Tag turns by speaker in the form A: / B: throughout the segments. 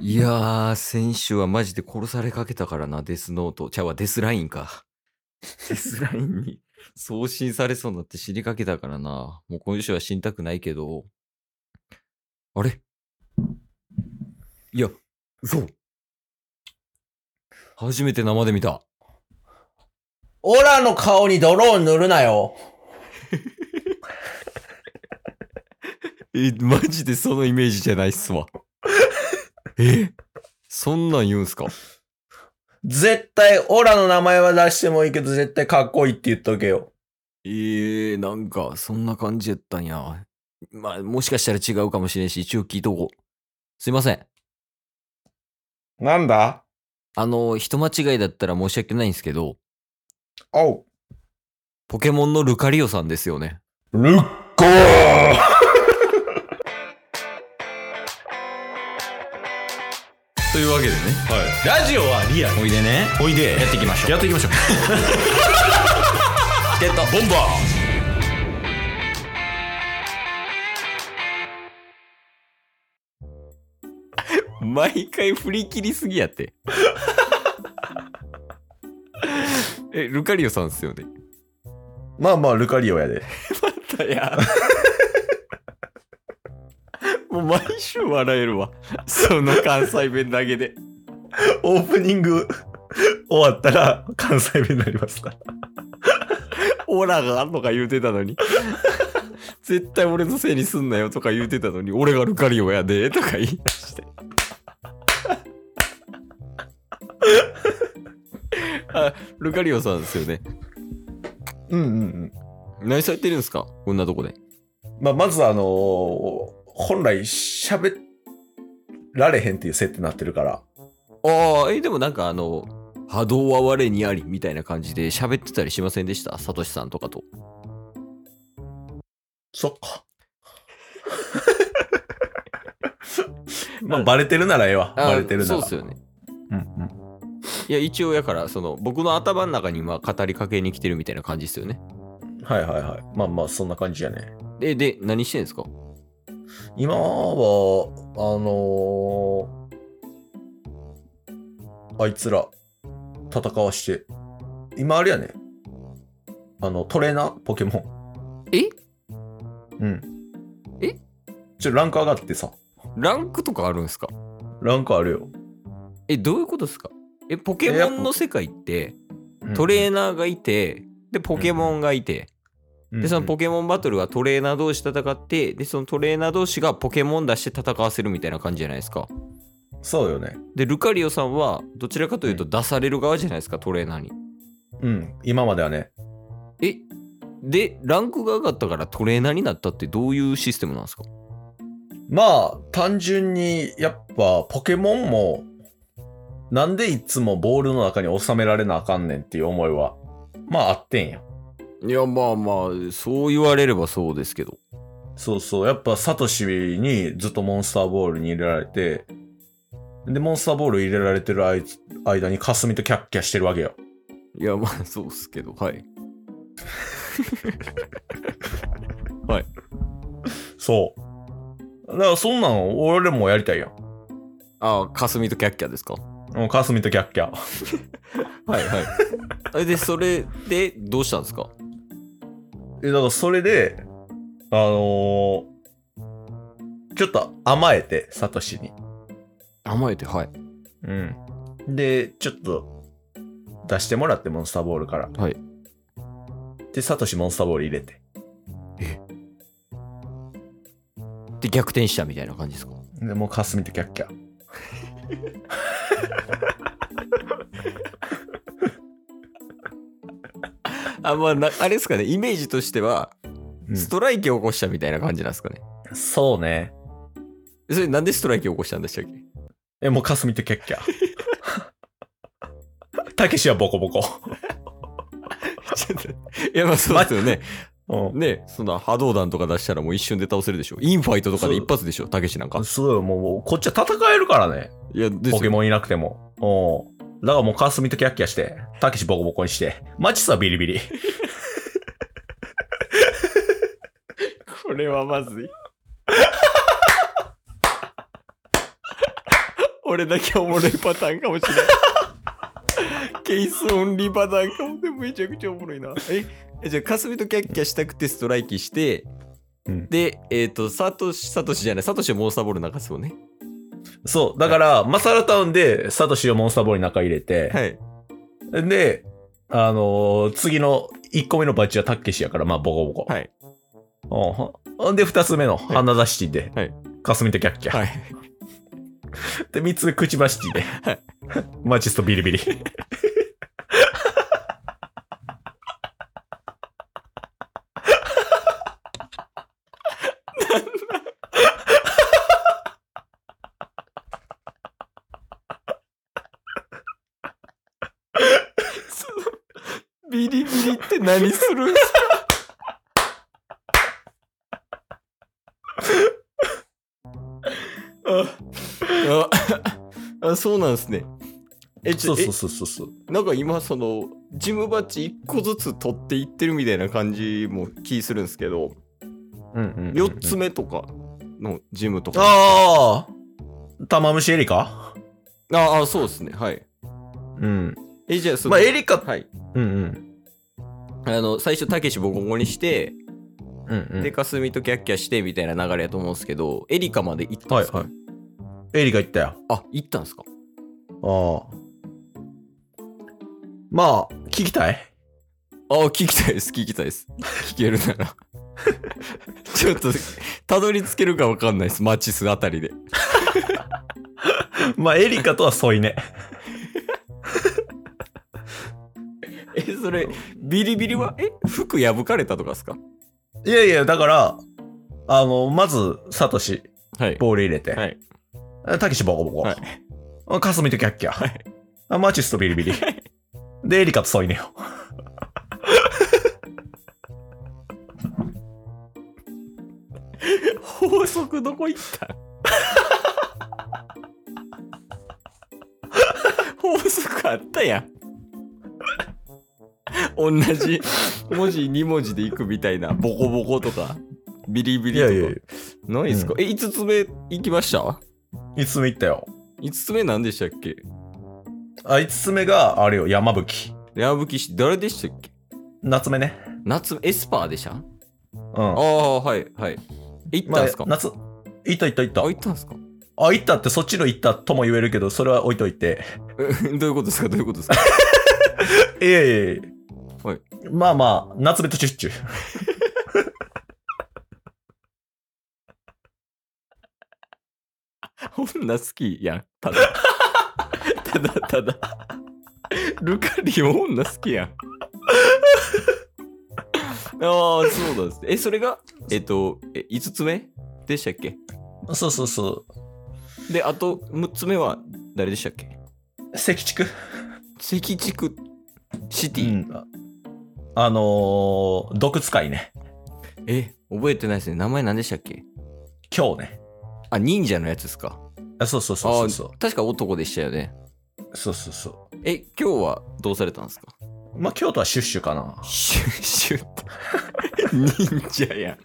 A: いやー、先週はマジで殺されかけたからな、デスノート。ちゃうわ、デスラインか。デスラインに送信されそうになって死にかけたからな。もう今週は死にたくないけど。あれいや、嘘。初めて生で見た。
B: オラの顔に泥を塗るなよ。
A: え、マジでそのイメージじゃないっすわ。えそんなん言うんすか
B: 絶対、オラの名前は出してもいいけど、絶対かっこいいって言っとけよ。
A: ええなんか、そんな感じやったんや。まあ、もしかしたら違うかもしれんし、一応聞いとこう。すいません。
B: なんだ
A: あの、人間違いだったら申し訳ないんですけど、
B: おう。
A: ポケモンのルカリオさんですよね。
B: ルッコー
A: というわけでね、
B: ラジオはリアル。
A: おいでね、
B: おいで。
A: やっていきましょう。
B: ってい きましょう。
A: ってた。
B: ボンバ
A: 毎回振り切りすぎやって。 え、ルカリオさんですよね。
B: ーまあまあ、ルカリオやで。
A: だや。 もう毎週笑えるわ。その関西弁だけで。
B: オープニング終わったら関西弁になりますから。
A: オラがあんのか言うてたのに。絶対俺のせいにすんなよとか言うてたのに、俺がルカリオやでとか言い出して。あ、ルカリオさんですよね。
B: うんうんうん。
A: 何されてるんですかこんなとこで。
B: まあ、まずあのー本来喋られへんっていう設定になってるから。
A: ああ、え、でもなんかあの、波動は我にありみたいな感じで喋ってたりしませんでしたサトシさんとかと。
B: そっか。 まあ、バレてるならええわ。
A: あ
B: バレてるな
A: そう
B: ら。
A: っすよね。
B: うんうん
A: いや、一応やから、その、僕の頭の中に今語りかけに来てるみたいな感じですよね。
B: はいはいはい。まあまあ、そんな感じやね。
A: で、で、何してんですか
B: 今は、あのーあいつら、戦わして。今あれやね。あの、トレーナーポケモン。
A: え
B: うん。
A: え
B: ちょ、ランク上がってさ。
A: ランクとかあるんですか
B: ランクあるよ。
A: え、どういうことですかえ、ポケモンの世界って、
B: うん
A: トレーナーがいて、で、ポケモンがいて、
B: うんうん
A: で、そのポケモンバトルはトレーナー同士戦って、で、そのトレーナー同士がポケモン出して戦わせるみたいな感じじゃないですか。
B: そうよね。
A: で、ルカリオさんは、どちらかというと出される側じゃないですか、トレーナーに。
B: うん。今まではね。
A: え、で、ランクが上がったからトレーナーになったってどういうシステムなんですか
B: まあ、単純に、やっぱ、ポケモンも、なんでいつもボールの中に収められなあかんねんっていう思いは、まああってんや。
A: いや、まあまあ、そう言われればそうですけど。
B: そうそう。やっぱ、サトシにずっとモンスターボールに入れられて、で、モンスターボール入れられてるあいつ間に、霞とキャッキャしてるわけよ。
A: いや、まあ、そうっすけど、はい。
B: そう。だから、そんなん俺もやりたいやん。
A: ああ、霞とキャッキャですか
B: うん霞とキャッキャ。
A: はい はい。で、それで、どうしたんですか
B: え、だからそれで、あのーちょっと甘えて、サトシに。
A: 甘えて、はい。
B: うん。で、ちょっと、出してもらって、モンスターボールから。
A: はい。
B: で、サトシモンスターボール入れて。
A: で、逆転したみたいな感じですか
B: で、もうかすみとキャッキャ。
A: あ、まあ、なあれですかね、イメージとしては、ストライキを起こしたみたいな感じなんですかね。
B: そうね。
A: それ、なんでストライキを起こしたんでしたっけ
B: え、もうかすみとキャッキャ。 たけしはボコボコ。
A: ちょっといや、まあ、そうですよね。
B: う
A: ね、そんな波動弾とか出したらもう一瞬で倒せるでしょ。インファイトとかで一発でしょ、たけしなんか
B: ん。。すごい、もう、こっちは戦えるからね。
A: いや、です
B: ポケ
A: ン。
B: モンいなくても。うん。だからもうかすみとキャッキャして、たけしボコボコにして、マチスはビリビ リ。
A: これはまずい。俺だけおもろいパターンかもしれない。ケースオンリーパターンかもでもめちゃくちゃおもろいな。え、えじゃあ、かすみとキャッキャしたくてストライキして、
B: うん
A: で、えっ、と、サトシ、サトシじゃない、サトシはモンスターボール流すよね。
B: そう。だから、マサラタウンで、サトシをモンスターボールに中入れて、
A: はい。
B: で、あのー次の1個目のバッジはタッケシやから、まあ、ボコボコ。
A: はい。
B: うんほほんで、2つ目の、
A: い
B: 花座シティで、
A: はい
B: かすみとキャッキャ。
A: はい。
B: で、3つ目、くちばシティで、
A: い
B: マチストビリビリ。
A: そのビリビリって何するんすかあああそうなんですねえち
B: そ
A: ょ
B: うそうそうそうそう。
A: えなんか今そのジムバッジ1個ずつ取っていってるみたいな感じも気するんですけど
B: うんうんうんうん
A: 4つ目とかのジムとか
B: ああ玉虫エリカ
A: ああそうですねはい
B: うん。
A: えじゃあその、
B: まあ、エリカ、
A: はい
B: うんうん。
A: あの最初たけしボコボコにして
B: うんうん、
A: で、かすみとキャッキャしてみたいな流れやと思うんですけど、エリカまで行ったんですか、
B: はいはエリカ行ったよ。
A: あ、行ったんですか
B: ああ。まあ、聞きたい
A: あ、聞きたいです、聞きたいです。聞けるなら。 ちょっと、たどり着けるかわかんないです、マチスあたりで。
B: まあ、エリカとは添い寝。
A: え、それ、ビリビリは、え、服破かれたとかですか
B: いやいや、だから、あの、まず、サトシ、
A: はい。
B: ボール入れて、
A: はい。
B: タケシボコボコ、
A: はい
B: あカスミとキャッキャ、
A: はい
B: あマチスとビリビリ。で、エリカと添い寝よ。
A: 法則どこ行った 法則あったやん同じ文字2文字で行くみたいなボコボコとかビリビリとかないっすか、え5つ目行きました
B: 5つ目いったよ。
A: 5つ目何でしたっけ
B: あ、5つ目が、あれよ、山吹。
A: 矢吹氏誰でしたっけ
B: 夏目ね。
A: 夏エスパーでしたあ
B: うん。
A: あーはいはいえ行ったんすか、
B: まあ、夏、行った行った行った
A: あ。行ったんすか
B: あ、行ったってそっちの行ったとも言えるけど、それは置いとい て。
A: えどういうことですかどういうことですか
B: いやいやいや
A: はい
B: まあまあ、夏目とチュッチュ。
A: 女好きやん、ただ。 ただただ。ルカリオ女好きやん。 ああ、そうなんですね。え、それが、えっと、え5つ目でしたっけ
B: そうそうそう。
A: で、あと6つ目は誰でしたっけ
B: 赤竹
A: 関地区シテ
B: う
A: ィ、
B: ん。ああのー、毒使いね。
A: え、覚えてないですね。名前何でしたっけ
B: 今日ね。
A: あ、忍者のやつですか。
B: あそうそうそうそう
A: 確か男でしたよね。
B: そう。そうそうそ
A: え、今日はどうされたんですか
B: う。まあ、京都はシュッシュ かな。
A: シュッシュって。忍者やん。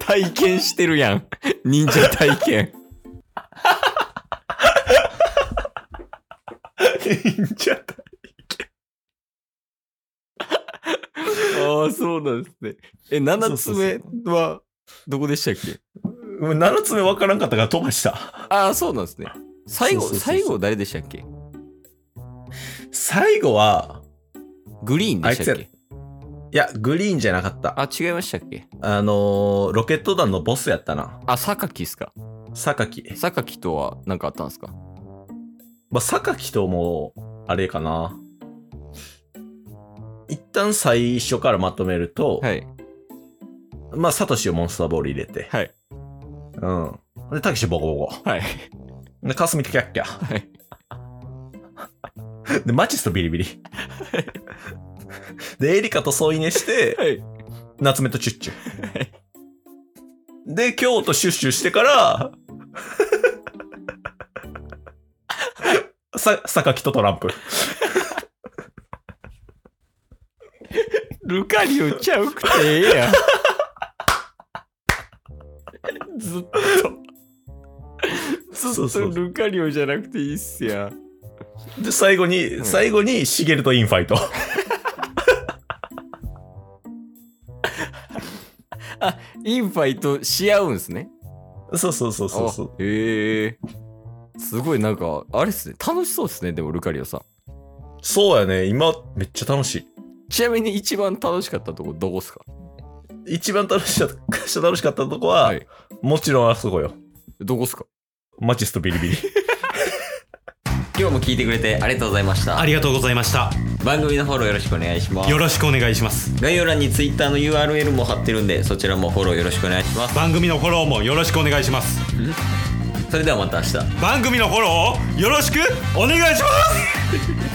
A: 体験してるやん。忍者体験。
B: 忍者だ。
A: ああ、そうなんですね。え、7つ
B: そうそう
A: 目は、どこでしたっけ
B: 7つ目分からんかったから飛ばした。
A: ああ、そうなんですね。最後、
B: そうそうそうそう
A: 最後誰でしたっけ
B: 最後は、
A: グリーンでしたっ
B: あい
A: け
B: いや、グリーンじゃなかった。
A: あ違いましたっけ
B: あのー、ロケット団のボスやったな。
A: あ、榊っすか。
B: 榊。
A: 榊とは何かあったんですか
B: まあ、榊とも、あれかな。一旦最初からまとめると、
A: はい。
B: まあ、サトシをモンスターボール入れて、
A: はい。
B: うん。で、タケシボコボ
A: はい。
B: コ。で、カスミキャッキャ。
A: はい。
B: で、マチスとビリビリ。で、エリカと添い寝して、
A: はい。
B: 夏目とチュッチュ。で、京都シュッシュしてから、さ、 榊とトランプ。
A: ルカリオちゃうくてええ やん。ずっと。ず
B: そうそうそう
A: ルカリオじゃなくていいっすや。
B: で、最後に、
A: ん
B: 最後に、シゲルとインファイト。
A: インファイトし合うんすね。
B: そうそうそうそうそう。
A: あへえすごいなんか、あれっすね。楽しそうっすね、でもルカリオさん。
B: そうやね、今、めっちゃ楽しい。
A: ちなみに一番楽しかったとこどこっすか
B: 一番楽しかった、 楽しかったとこは、
A: はい
B: もちろんあそこよ。
A: どこっすか
B: マチスとビリビリ。
A: 今日も聞いてくれてありがとうございました
C: ありがとうございました。
A: 番組のフォローよろしくお願いしま
C: よろしくお願いします。
A: 概要欄に Twitter の URL も貼ってるんでそちらもフォローよろしくお願いします
C: 番組のフォローもよろしくお願いします。
A: それではまた明日
C: 番組のフォローをよろしくお願いします